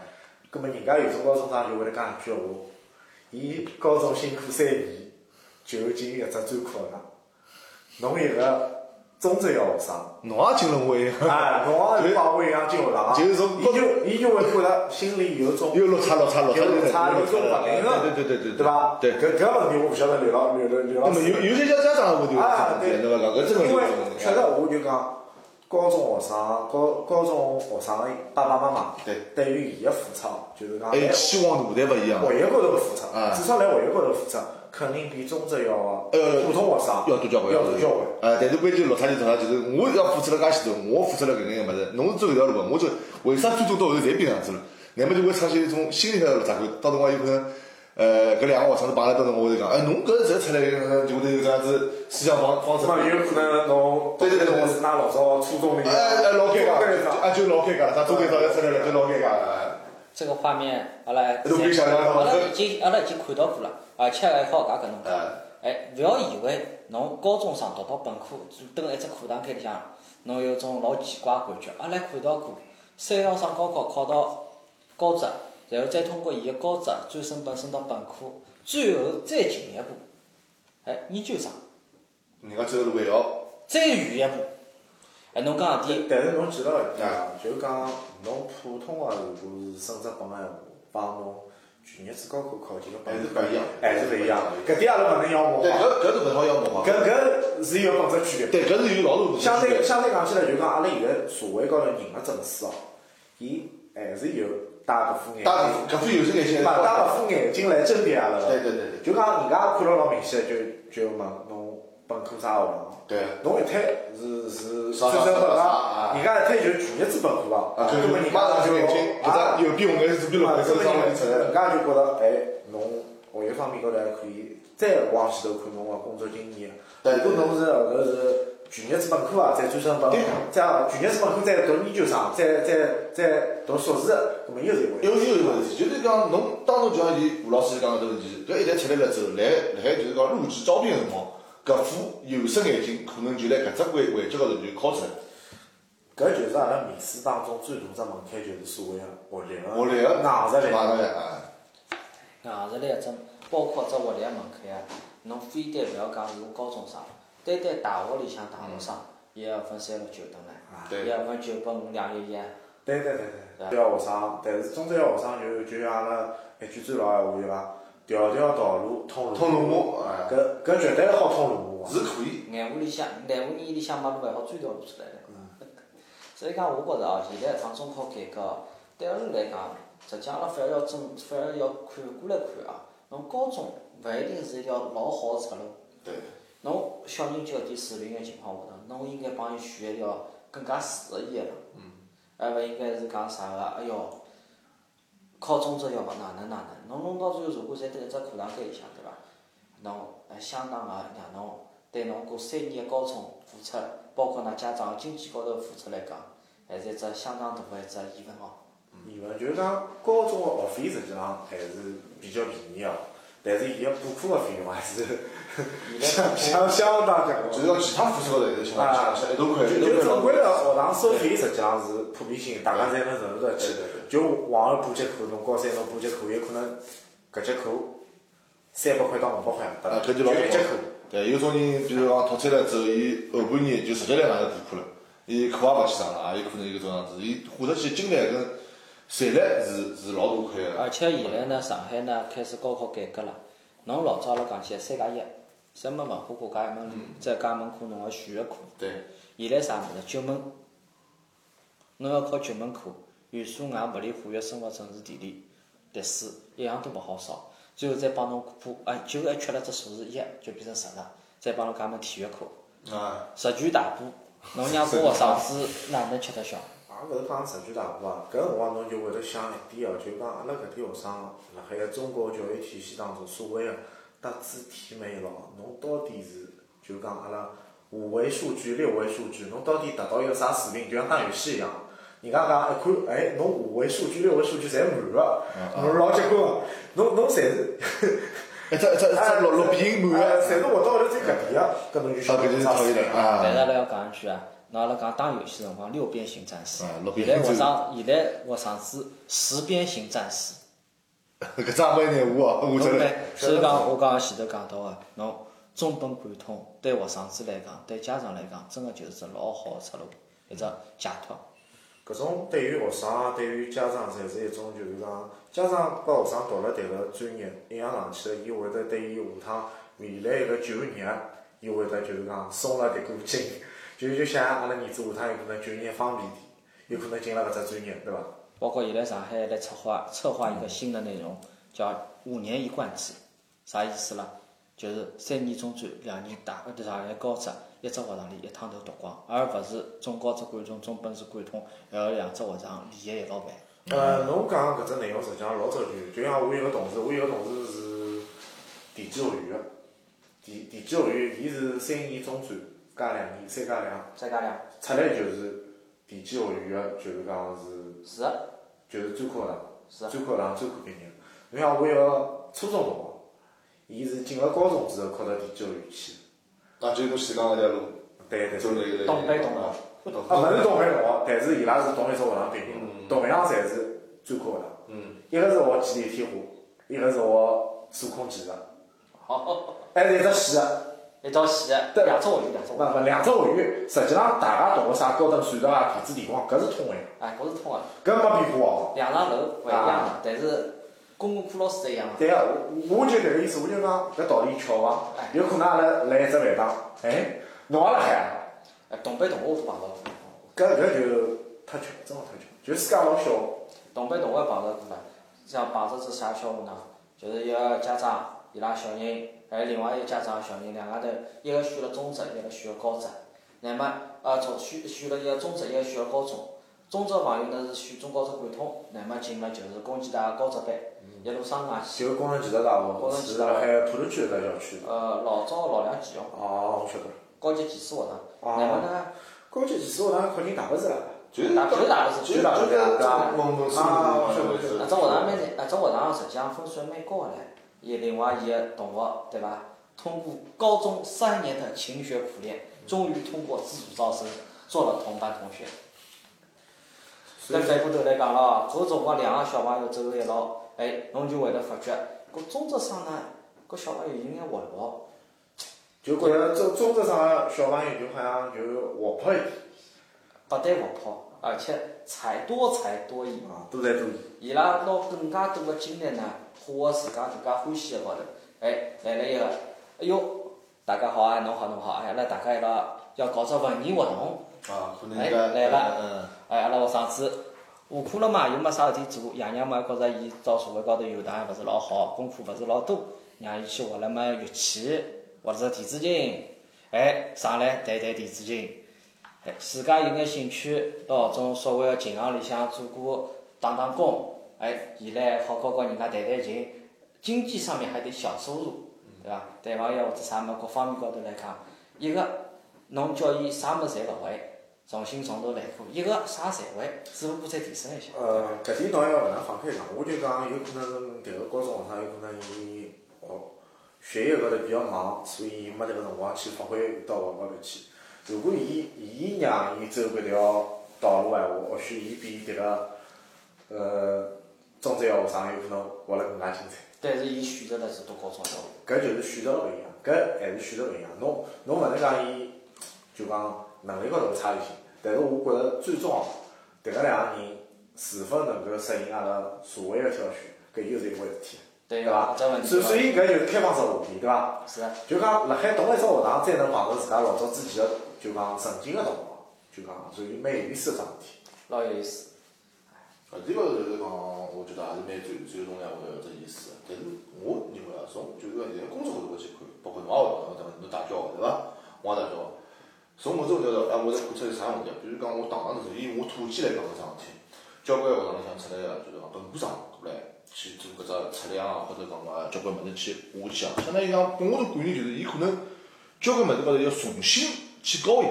S1: 葛末人家有种高中生就会得讲一句闲话，伊高中辛苦三年，就进一只专科学堂，侬一个中职校学生。
S3: 侬也进了我一样，
S1: 哎，侬也是帮我一样进学堂，
S3: 就是从
S1: 伊啊就伊就会觉得心里有种
S3: 有落差，落差，落差，
S1: 有落差，有种不平衡，
S3: 对对对啊对
S1: 对吧？
S3: 对。
S1: 搿搿问题我不晓得刘老刘刘刘
S3: 那
S1: 老
S3: 么
S1: 师
S3: 有有些家家长会对
S1: 啊，
S3: 对对吧？搿这个
S1: 因为确实我就讲，高中学生高高中学生的爸爸妈妈
S3: 对哎
S1: 对于伊个付出，就是讲哎
S3: 还有
S1: 来
S3: 期望度侪勿一样，
S1: 学业高头个付出
S3: 啊，
S1: 至少来学业高头付出，肯定比中职要
S3: 呃
S1: 普通学生
S3: 要多交关，
S1: 要多交关。
S3: 呃，但是关键落差就落差，就是我要付出了介许多，我付出了搿眼物事，侬是走搿条路，我就为啥最终到后头侪变样子了？乃末就会出现一种心理上的落差感，到辰光有可能。呃，搿两个学生是摆辣到辰光，我就讲，哎，侬搿侪出来就会有这样子思想方方式
S1: 那，么有可能侬
S3: 嗯对对对对
S1: 侬是㑚老早初中里
S3: 哎哎，老尴尬，
S1: 对
S3: 啊就老尴尬了，啥中间啥要出来了，就老尴尬了。
S2: 这个画面，阿拉还
S3: 都没想到
S2: 阿拉已经阿拉已经看到过了，啊而且还好搿搿能介。
S3: 呃，
S2: 哎，勿要以为侬高中生读到本科，蹲辣一只课堂间里向，侬有种老奇怪的感觉。阿拉看到过，三幺上高考考到高职，然后再通过伊个高职专升本升到本科，最后再进一步，哎，研究生，
S3: 人家走路还要。
S2: 再远一步。哎，侬讲搿点，
S1: 但是侬记牢一点啊，就是讲侬普通话如果是升职本个闲话，帮侬全日制高考考进个本科
S3: 还是不一样
S1: 还是勿一样。搿点阿拉勿能要模
S3: 对，搿
S1: 仿，
S3: 搿是勿好要模
S1: 搿
S3: 仿。
S1: 搿是有本质区别。
S3: 对，搿是有老多
S1: 相对相对讲起来，就是讲阿拉现在社会高头人个证书哦，伊还是有戴搿副眼
S3: 戴搿副搿副有色眼镜
S1: 嘛，戴搿副眼镜来甄别阿拉个。
S3: 对对对对
S1: 就讲人家看了老明显，就就问侬本科啥学堂？
S3: 对
S1: 侬一推是是
S3: 啥
S1: 三
S3: 啥
S1: 三本
S3: 啥
S1: 啊
S3: 啊，
S1: 人家一推就是全日制本科啊，
S3: 啊，
S1: 搿么
S3: 对，
S1: 人
S3: 马
S1: 家
S3: 上
S1: 就
S3: 就眼睛，搿
S1: 啊
S3: 只右边红眼是左边
S1: 嘛
S3: 绿眼，
S1: 搿
S3: 手
S1: 么
S3: 上面
S1: 人
S3: 就出
S1: 家
S3: 来
S1: 人
S3: 了。
S1: 家就觉得哎，侬学业方面高头还可以，再往前头看侬个工作经验。
S3: 对
S1: 如果侬是后头是全日制本科啊，再专升本
S3: 对，
S1: 再全日制本科再读研究生，再再再读硕士，搿么又是一回事。
S3: 有有一回事体，就是讲侬当中就像伊吴老师讲搿个问题，搿一旦出来了之后，来辣海就是讲入职招聘个辰光，搿副有色眼镜可能就辣搿只环环节高头就考出来了。
S1: 搿就是阿拉面试当中最大只门槛，就是所谓个学历个
S3: 学历个
S1: 硬实力。
S3: 硬实力啊，
S2: 硬实力一只包括只学历个门槛啊，侬非但勿要讲是高中生，单单大学里向大学生，伊也要分三六九等唻，
S3: 对
S2: 伊也分九八五两一一。
S1: 对对对对，要学生，但是中专要学生就就像阿拉一句最老个闲话对
S3: 啊
S1: 伐？条条道路通罗
S3: 通罗马啊，
S1: 搿搿绝对好通罗马。
S3: 是可以。
S2: 眼窝里向，眼窝眼里向没路还好追条路出来了。 所以讲，我觉着哦，现在一趟中考改革对阿拉来讲，实际上阿拉反而要正，反而要看过来看啊。侬高中勿一定是一条老好个出路，
S3: 对，
S2: 侬小人交点水平个情况下头，侬应该帮伊选一条更加适合伊个路。而勿应该是讲啥个，哎哟，考中职要勿哪能哪能，侬弄到最后如果侪在一只课堂间里向，对伐？侬呃相当个让侬对侬过三年个高中付出，包括㑚家长个经济高头付出来讲，还是一只相当大个一只疑问哦。
S1: 疑问就是讲高中个学费实际上还是比较便宜个，但是伊个补课个费用还是 相相相当讲
S3: 就
S1: 究
S3: 是。讲其他副科高头有相
S1: 啊
S3: 像像一大块，
S1: 就
S3: 一大
S1: 就
S3: 块
S1: 正
S3: 老
S1: 规的
S3: 贵
S1: 学堂收费实际上是普遍性，大家侪能承受得起
S3: 对对。
S1: 就往后补节课，侬高三侬补节课，有可能搿节课三百块到五百块
S3: 啊，
S1: 就
S3: 搿就老
S1: 一节课。
S3: 对，有种人比如讲脱产了之后，伊后半年就直接来外头补课了，伊课也勿去上了，也有可能有搿种样子，伊花出去精力跟财力是是老大块个。
S2: 而且现在呢，上海呢开始高考改革了。侬老早阿拉讲起来三加一，三门文化课加一门，再加一门课侬个选学课。
S3: 对，
S2: 现在啥物事？九门，侬要考九门课，语数外、物理、化学、生物、政治、地理、历史，一样都勿好少。最后再帮侬补，哎，就还缺了只数字一，就变成十了。再帮侬加门体育课，
S3: 啊，
S2: 十全大补。侬让我学生子哪能吃得消？
S1: 也勿是讲十句大话啊，搿辰光侬就会得想一点哦，就讲阿拉搿点学生辣海个中国教育体系当中所谓个德智体美劳，侬到底是就讲阿拉五位数据、六位数据，侬到底达到一个啥水平？就像打游戏一样，人家讲一看，哎，侬五位数据、六位数据侪满个，侬老结棍个，侬侬侪是。
S3: 一只一只一只六六比满
S1: 哎
S3: 个，
S1: 侪是活到后头最搿点个，搿侬就晓
S3: 啊，
S1: 得
S3: 搿就是
S1: 啥
S3: 讨
S1: 水
S3: 厌
S1: 平
S3: 了
S1: 了。
S3: 啊
S2: 但是。阿拉要讲一句啊，那阿拉讲打游戏辰光六边形战士
S3: 啊六，边
S2: 现
S3: 形
S2: 在学生现在学生子十边形战士，
S3: 搿张没难我哦，我
S2: 对
S3: 真
S2: 不
S3: 的
S2: 对。？所以讲我刚前头讲到个，侬中本贯通对学生子来讲，对家长来讲，真个就是只老好个出路，一只解脱。
S1: 搿种对于学生、对于家长，侪是一种就是讲，家长把学生读了迭个专业，一样上去了，伊会得对伊下趟未来一个就业，伊会得就是讲松了迭股劲。就就像阿拉儿子下趟有可能就业方便点，有可能进了搿只专业，对伐？
S2: 包括现在上海来策划策划一个新的内容，叫五年一贯制，啥意思啦？就是三年中专，两年大，呃，就是上海高职，一只学堂里一趟头读光，而勿是中高职贯通、中本职贯通，然后两只学堂联系一道办。
S1: 呃，侬讲搿只内容实际上老早就，就像我有个同事，我有个同事是电机学院个，电电机学院，伊是三年中专加两年，三加两，
S2: 再加两，
S1: 出来就是电机学院个，就是讲是
S2: 是的，
S1: 就是专科学堂，
S2: 是啊
S1: 专科学堂专科毕业。侬像我有个初中同学，伊是进了高中之后考到电机学院去，
S3: 啊，就是侬前头讲搿条路，
S1: 对对
S3: 走了一个
S2: 东北东南
S1: 啊，勿是同一个学堂，但是伊拉是同一所学堂毕业，同样侪是专科学堂。
S3: 嗯，
S1: 一个是学机电天花，一个是学数控技术，
S2: 好，
S1: 还是一只系个。
S2: 一道线
S1: 对
S2: 两只学院，两只
S1: 勿
S2: 学院，
S1: 勿，两只学院，实际上大家读个啥高等算术啊、电子电光，搿是通个，
S2: 哎，搿是通的，
S1: 搿没变化哦。
S2: 两幢楼勿一样
S1: 啊
S2: 的，但是公共课老师是一样啊的。
S1: 对个，我我就迭个意思，我就讲搿道理巧伐？
S2: 哎
S1: 有可能阿拉来一只饭堂，哎，侬也辣海啊，
S2: 哎，东北同学我碰到过，
S1: 搿搿就太巧，真个太巧，就世界老小。
S2: 东北同学碰到过了，像碰着是啥笑话呢？就是一个家长伊拉小人，还有另外一个家长小人，两家头一个选了中职，一个选了高职。那么呃，从选选了一个中职，一个选了高中。中职的朋友呢是选中高职贯通，那么进了就是工技大学高职班，一路上外去。
S1: 就工程技术大学，是辣海浦东区搿搭校区。
S2: 呃，老早老两技校，
S1: 哦，我晓得了。
S2: 高级技师学堂。
S1: 哦
S2: 那么呢，
S1: 高级技术学堂靠近大学市了。
S3: 就是
S2: 大就是大就是
S1: 大
S3: 就是
S1: 对吧
S3: 蒙蒙
S1: 啊
S3: 蒙
S1: 是是
S3: 是
S1: 是
S2: 啊，只学堂蛮难，啊，只学堂实际上分数还蛮高个唻。伊另外伊个同学对伐？通过高中三年的勤学苦练，终于通过自主招生做了同班同学。
S1: 所
S2: 那
S1: 以
S2: 反过头来讲咯，搿辰光两个小朋友走了一道，哎，侬就会得发觉，搿中职生呢，搿小朋友有眼混淆。
S1: 就觉着中中职上的小朋友就好像就活泼一点，
S2: 不但活泼，而且才多才多艺。
S1: 啊，多才多艺。
S2: 伊拉拿更加多的精力呢，花在自家更加欢喜的高头。哎，来了一个，哎哟，大家好啊，侬好侬好，哎，阿拉大家一道要搞只文艺活动。
S3: 啊，可能
S2: 哎
S3: 人家
S2: 来了
S3: 嗯，
S2: 哎，阿拉学生子下课了嘛，又没啥事体做，爷娘嘛觉着伊到社会高头游荡也勿是老好，功课勿是老多，让伊去学了么乐器，或者是电子琴。哎，上来弹弹电子琴，哎，自家有眼兴趣，到种所谓的琴行里向做过打打工，哎，现在好教教人家弹弹琴，经济上面还得小收入，对伐？对伐？要或者啥么各方面高头来讲，一个侬叫伊啥么子侪勿会。重新从头来过，一个啥侪会，只不过再提升一下。
S1: 呃，搿点倒要勿能放开讲，我就讲有可能迭个高中学生有可能伊哦学业高头比较忙，所以没迭个辰光去发挥到学高头去。如果伊伊让伊走搿条道路闲话，或许伊比迭个呃中职校学生有可能活了更加精彩。
S2: 但是伊选择了是读高中教育，
S1: 搿就是选择勿一样，搿还是选择勿一样。侬侬勿能讲伊就讲能力高头有差异性，但是我觉着最终哦迭个两个人是否能够适应阿拉社会个挑选，搿又是一回事体，
S2: 对
S1: 对伐
S2: 搿只问？题
S1: 所以所以搿就是开放式话题，对伐？
S2: 是啊。
S1: 就讲辣海同一所学堂，再能碰着自家老早之前个就讲曾经个同学，就讲属于蛮有意思个桩事体。
S2: 老有意思。
S3: 搿点高头啊就是讲，我觉得还是蛮最最重要个只意思。但是我认为啊，从就是讲现在工作角度去看，包括侬也学堂，侬大学对伐？我也大学，从某种角度，啊，我能看出啥问题？比如讲，我堂堂头是以我统计来讲搿桩事体，交关学堂里向出来个就是讲本科生过来去做搿只测量啊，或者讲啊交关物事去下去啊，相当于讲，对我的管理就是伊可能交关物事高头要重新去高研，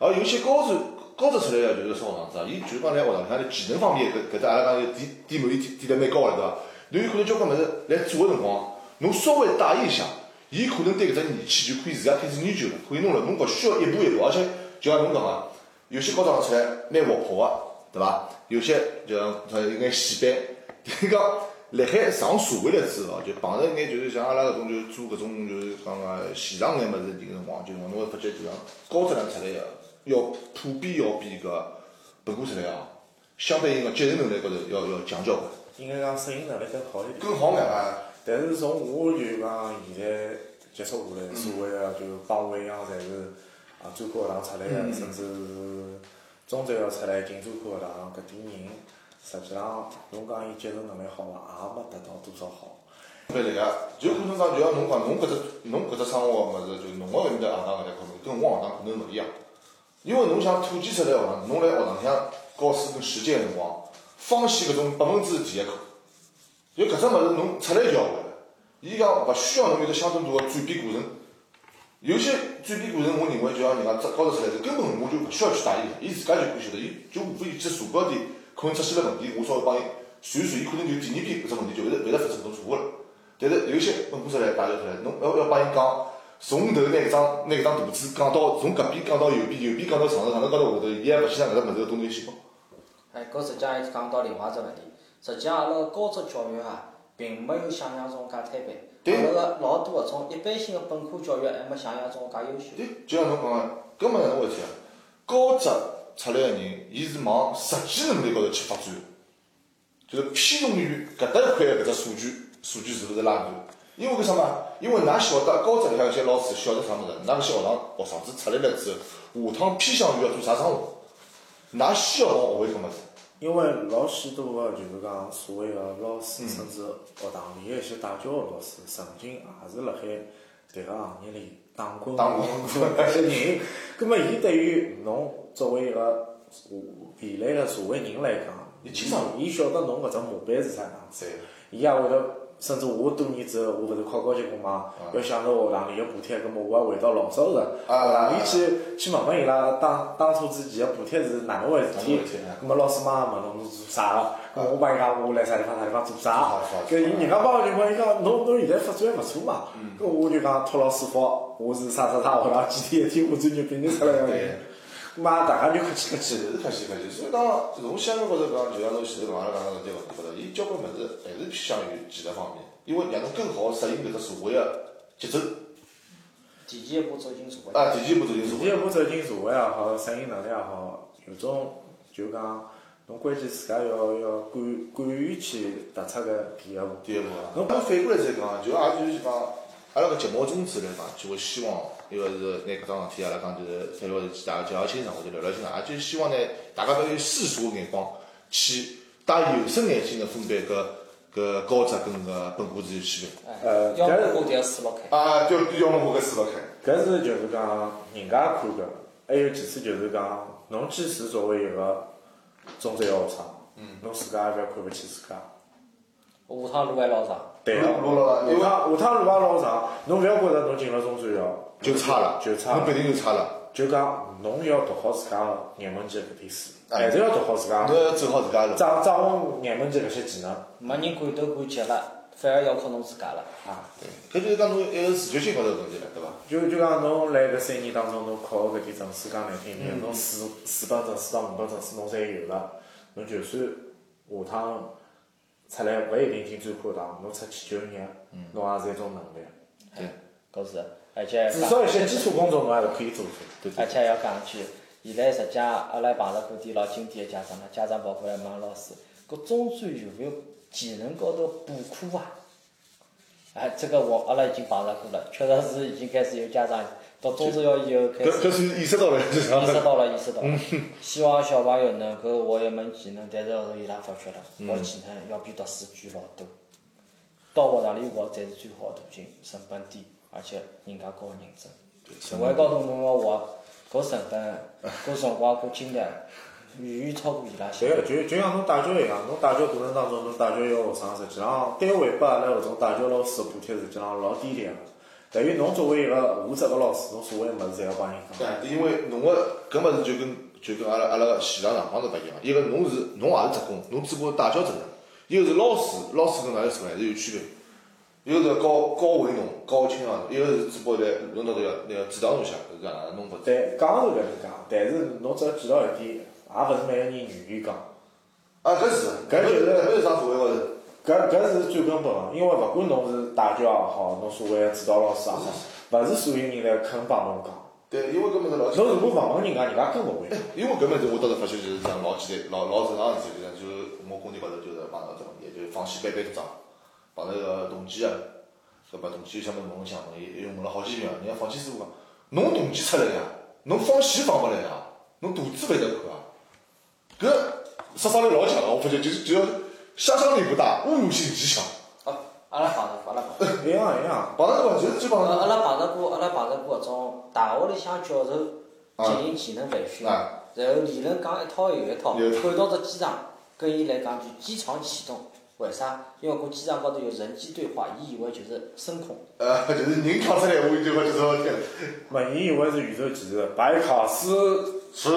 S3: 而有些高专高职出来的就是烧房子啊，伊就是讲来学堂里向的技能方面搿搿只阿拉讲是点点门点点得蛮高的对伐？侬有可能交关物事来做个辰光，侬稍微带伊一下，伊可能对搿只仪器就可以自家开始研究了，可以弄了。侬搿需要一步一步，而且就像侬讲个，有些高中出来蛮活泼个，啊对伐？有些就像像有眼死板， 就是讲辣海上社会了之后，就碰着一眼就是像阿拉搿种就是做搿种就是讲个线上眼物事的辰光，就是侬会发觉就像高质量出来个，要普遍要比搿本科出来个相对应个接受能力高头要要强交关，
S1: 应该讲适应能力更好一点。
S3: 更好啊眼伐？
S1: 呃但是从我就讲现在接触下来，所谓的就呃帮我一样，侪是啊专科学堂出来的，甚至是中专校出来进专科学堂啊搿点人，实际上侬讲伊接受能力好伐，也没达到多少好。
S3: 对个，就可能讲，就像侬讲，侬搿只侬搿只生活个物事，就侬个搿面搭学堂搿搭可能跟我学堂可能勿一样，因为侬想土建出来学堂，侬来学堂里向教书跟实践个辰光，方系搿种百分之第一课，就搿只物事侬出来就要会了，伊讲勿需要侬有得相当大个转变过程。有些转变过程，我认为就像人家这高头出来的，根本我就勿需要去带伊，伊自家就可以晓得，伊就无非伊去查标点，可能出现了问题，我稍微帮伊算一算，伊可能就第二遍搿只问题就会得会得发生搿种错误了。但是有些本科出来大学出来，侬要要帮伊讲，从头拿搿张拿搿张图纸讲到从搿边讲到右边，右边讲到上头，上头讲到下头，伊还勿去让搿只物事个东西细胞。
S2: 哎，搿实际上还是讲到另外一只问题。实际上，阿拉个高职教育啊，并没有想象中介推板。
S3: 对
S2: 阿拉个老多搿种一般性个本科教育，还没想象中介优秀。
S3: 对，就像侬讲个，根本哪能回事体啊？高职出来个人，伊是往实际能力高头去发展的，就是偏重于搿搭一块搿只数据，数据是勿是拉满？因为搿啥嘛？因为㑚晓得高职里向有些老师晓得啥物事，㑚搿些学堂学生子出来了之后，下趟偏向于要做啥生活，㑚需要往学会搿物事。
S1: 因为老许多个就是讲所谓个老师，甚至学堂里个一些带教个老师，曾经也是辣海迭个行业里打滚
S3: 打滚
S1: 搿些人。葛末伊对于侬作为一个未来个社会人来讲，
S3: 伊清爽
S1: 伊晓得侬搿只模板是啥样子，伊也会得。甚至我多年之后，我勿是考高级工嘛，要想着学堂里个补贴，葛末我也回到老早个
S3: 啊
S1: 学堂里去去问问伊拉当当初之前个补贴是哪能回事体
S3: 哪能回事体啊。
S1: 咁么老师妈问侬侬做啥个，咁我帮伊讲我来啥地方啥地方做啥
S3: 啊好好，
S1: 搿伊人家帮我就问伊讲侬侬现在发展还勿错嘛，
S3: 嗯
S1: 搿我就讲托老师福，我是啥啥啥学堂几天一天我最牛逼，你出来要
S3: 对
S1: 人，咁嘛大家就客气客气，
S3: 是是客气客气，所以讲，从相对高头讲，就像侬前头讲阿拉讲个搿点问题高头，伊交关物事还是偏向于技能方面，因为让侬更好适应搿只社会个节奏。
S2: 提前一步走进社
S1: 呃
S2: 会。
S3: 啊，提前一步走进社
S1: 第
S3: 会
S1: 一，步走进社会也好，适应能力也好，有种就讲侬关键自家要要敢敢于去突出搿第一步。
S3: 第一步啊。侬反过来再讲，就也就是讲，阿拉搿节目宗旨来讲，就会希望一个是拿搿桩事体阿拉讲就是反过来去大家介绍清爽或者聊聊清爽，也就是希望呢大家勿要有世俗个眼光去带有色眼镜个分辨搿搿高职跟搿本科之间区别。
S1: 呃
S2: 哎要
S1: 但是
S2: 不我就要四六开。
S3: 啊，要要侬我搿四勿开。
S1: 搿是就是讲人家看搿，还有其次就是讲，侬即使作为一个中专校生，
S3: 嗯
S1: 侬自家也勿要看勿起自家。
S2: 下趟路还老长。
S1: 对个、
S3: 路路了
S1: 下趟下趟路也老长，侬勿要觉着侬进了中专校
S3: 就差了，
S1: 就差
S3: 侬必
S1: 了。
S3: 定就差了。
S1: 就讲侬要读好自家个眼门前搿点书，
S3: 哎
S1: 还是要读好自家
S3: 侬，要走好自家的路。
S1: 掌掌握眼门前搿些技能
S2: 没人管头管脚了，反而要靠侬自家了。
S1: 啊。
S3: 搿就是讲侬一个自觉性高头的问题了，对伐？
S1: 就就讲侬辣搿三年当中，侬考个搿点证书讲难听点，侬四四本证书到五本证书侬侪有了，侬就算下趟出来勿一定进专科堂，侬出去就业，侬也是一种能力。
S3: 对，
S2: 搿是，而且
S1: 至少一些基础工作侬也是可以做出。
S2: 而且要讲一句，现在实际上阿拉碰着过点老经典的家长了，家长跑过来问老师，搿中专有没有技能高头补课啊？哎，这个我阿拉已经碰着过了，确实是已经开始有家长到中专校以后开
S3: 搿搿
S2: 始。
S3: 算意识到了，就是
S2: 意识
S3: 讲
S2: 到了，意识到了。希望小朋友能够学一门技能，但是后头伊拉发觉了，学技能要比读书贵老多。到学堂里学才是最好的途径，成本低，而且人家高认真。社会高头侬要学，搿成本、搿辰光、搿精力，远远超过伊拉想
S1: 对个，就就像侬带教一样，侬带教过程当啊中，侬带教一个学生，实际上单位拨阿拉搿种带教老师个补贴，实际上老低廉个。但于侬作为一个负责个老师，侬所有物事侪要帮伊
S3: 对
S1: 讲。，
S3: 因为侬个搿物事就跟就跟阿拉阿拉个现场状况是勿一样。一个侬是侬也是职工，侬只不过带教职能；一个是老师，老师跟外头职工还是有区别。一个是高高为侬，高倾向侬；一个是只不过在侬到头要那个指导侬一下，是哪能弄法子。
S1: 对，讲是搿能讲，但是侬只要记牢一点，也勿是每个人愿意讲。
S3: 啊，搿是，
S1: 搿
S3: 就
S1: 就是
S3: 搿是啥所谓高头。
S1: 搿搿是最根本个，因为勿管侬是带教也好，侬所谓个指导老师也好，勿是所有人侪肯帮侬讲。
S3: 对，因为搿物事老
S1: 侬如果勿问人家，人家更勿 会。
S3: 因为搿物事我倒是发觉就是讲老简单，老老正常的事体，就是就是我工地高头就是碰到搿种问题，就是房西搬搬组长，碰到一个动机啊，搿么动机想问侬想问，伊又问哎了好几遍，人家房西师傅讲，侬动机出来呀，侬放西放勿来呀，侬肚子勿得看啊，搿杀伤力老强啊，我发觉就是就是杀伤力不大，侮辱性极强，
S2: 哦，阿拉碰着过，阿拉碰着过。
S1: 一样一样，
S3: 碰到搿就是基本
S2: 呃阿
S3: 上
S2: 拉碰着过，阿拉碰着过搿种大学里向教授进行技能培训，
S3: 啊
S2: 然后理论讲一套又一套，
S3: 有
S2: 看到只机场，跟伊来讲句机场启动，为啥？因为搿机场高头有人机对话，伊以为就是声控。
S3: 呃就是人讲出来我就觉得说天，
S1: 没伊以为是宇宙技术，白卡斯
S3: 是，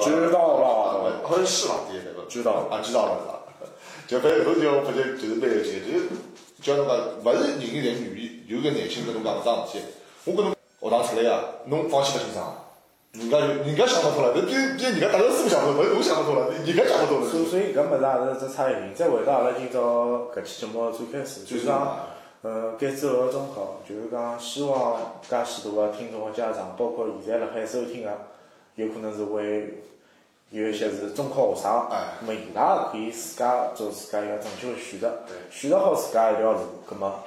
S1: 知道了。
S3: 好像是吧？第一那个
S1: 知道
S3: 啊，知道了，知道了。就反正后头我发觉就是蛮有钱，就是叫侬讲，勿是人人侪愿意有搿耐心跟侬讲搿桩事体。我跟侬学堂出来啊，侬放心勿清爽啊。人家就人家想勿通了，这这这人家当然师傅想勿通，勿是侬想勿通了，人家想勿通了。
S1: 所所以搿物事也是只差异。再回到阿拉今朝搿期节目的最开始，就是讲，呃，改制后个中考，就是讲希望介许多个听众个家长，包括现在辣海收听个，有可能是为有一些是中考学生，
S3: 哎
S1: 那么伊拉可以自家做自家一个正确个选择
S3: 对，
S1: 选择好自家一条路，葛么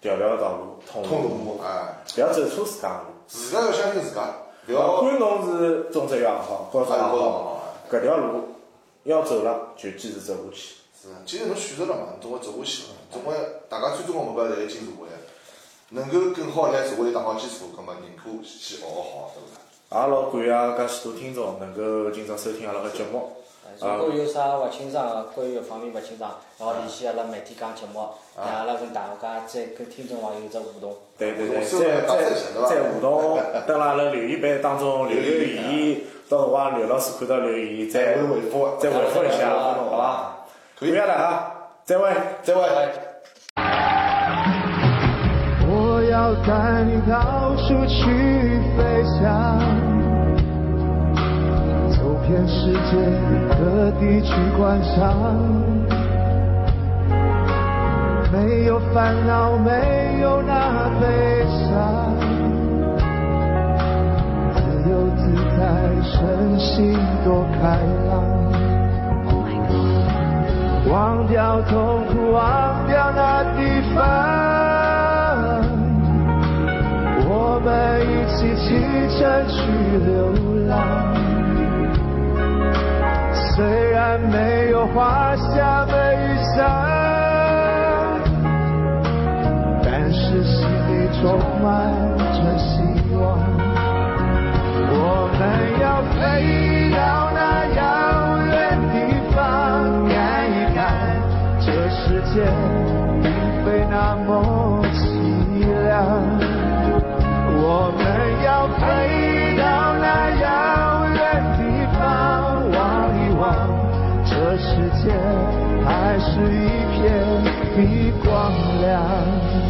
S1: 条条道路通
S3: 通
S1: 罗马，
S3: 路哎，
S1: 勿要走错自家个路。
S3: 自家要相信自家，勿
S1: 勿
S3: 要
S1: 管侬是中职也好，高
S3: 哎
S1: 职也好，搿条路要走了就坚持走下去。
S3: 是，既嗯然侬选择了嘛，侬总归走下去嘛，总归大家最终个目标侪是进社会，能够更好地来社会里打好基础，葛末宁可先学个好，对伐？
S1: 也老感谢介许多听众能够今朝收听阿拉个节目。
S2: 哎如果有啥勿清爽的，关于搿方面勿清爽，然后联系阿拉媒体讲节目，
S3: 啊
S2: 让阿拉跟大家再跟听众朋友有只互动。
S1: 对对对，
S3: 我
S1: 再
S3: 收了打字行对
S1: 再
S3: 吧
S1: 再互动，登辣阿拉留言板当中留留言， 到辰光刘老师看到留言再
S3: 我回复
S1: 再哎回复一下，
S2: 啊
S1: 好吧？
S3: 可以
S1: 感谢了哈，再会。
S3: 再会。
S4: 我要带你到处去飞翔，走遍世界各地去观赏，没有烦恼，没有那悲伤，自由自在，身心多开朗。忘掉痛苦，忘掉那地方，我们一起启程去流浪。虽然没有华夏美玉山，但是心里充满着希望。我们要飞到那遥远地方，看一看这世界并非那么凄凉。我们要飞到那遥远地方，望一望这世界还是一片的光亮。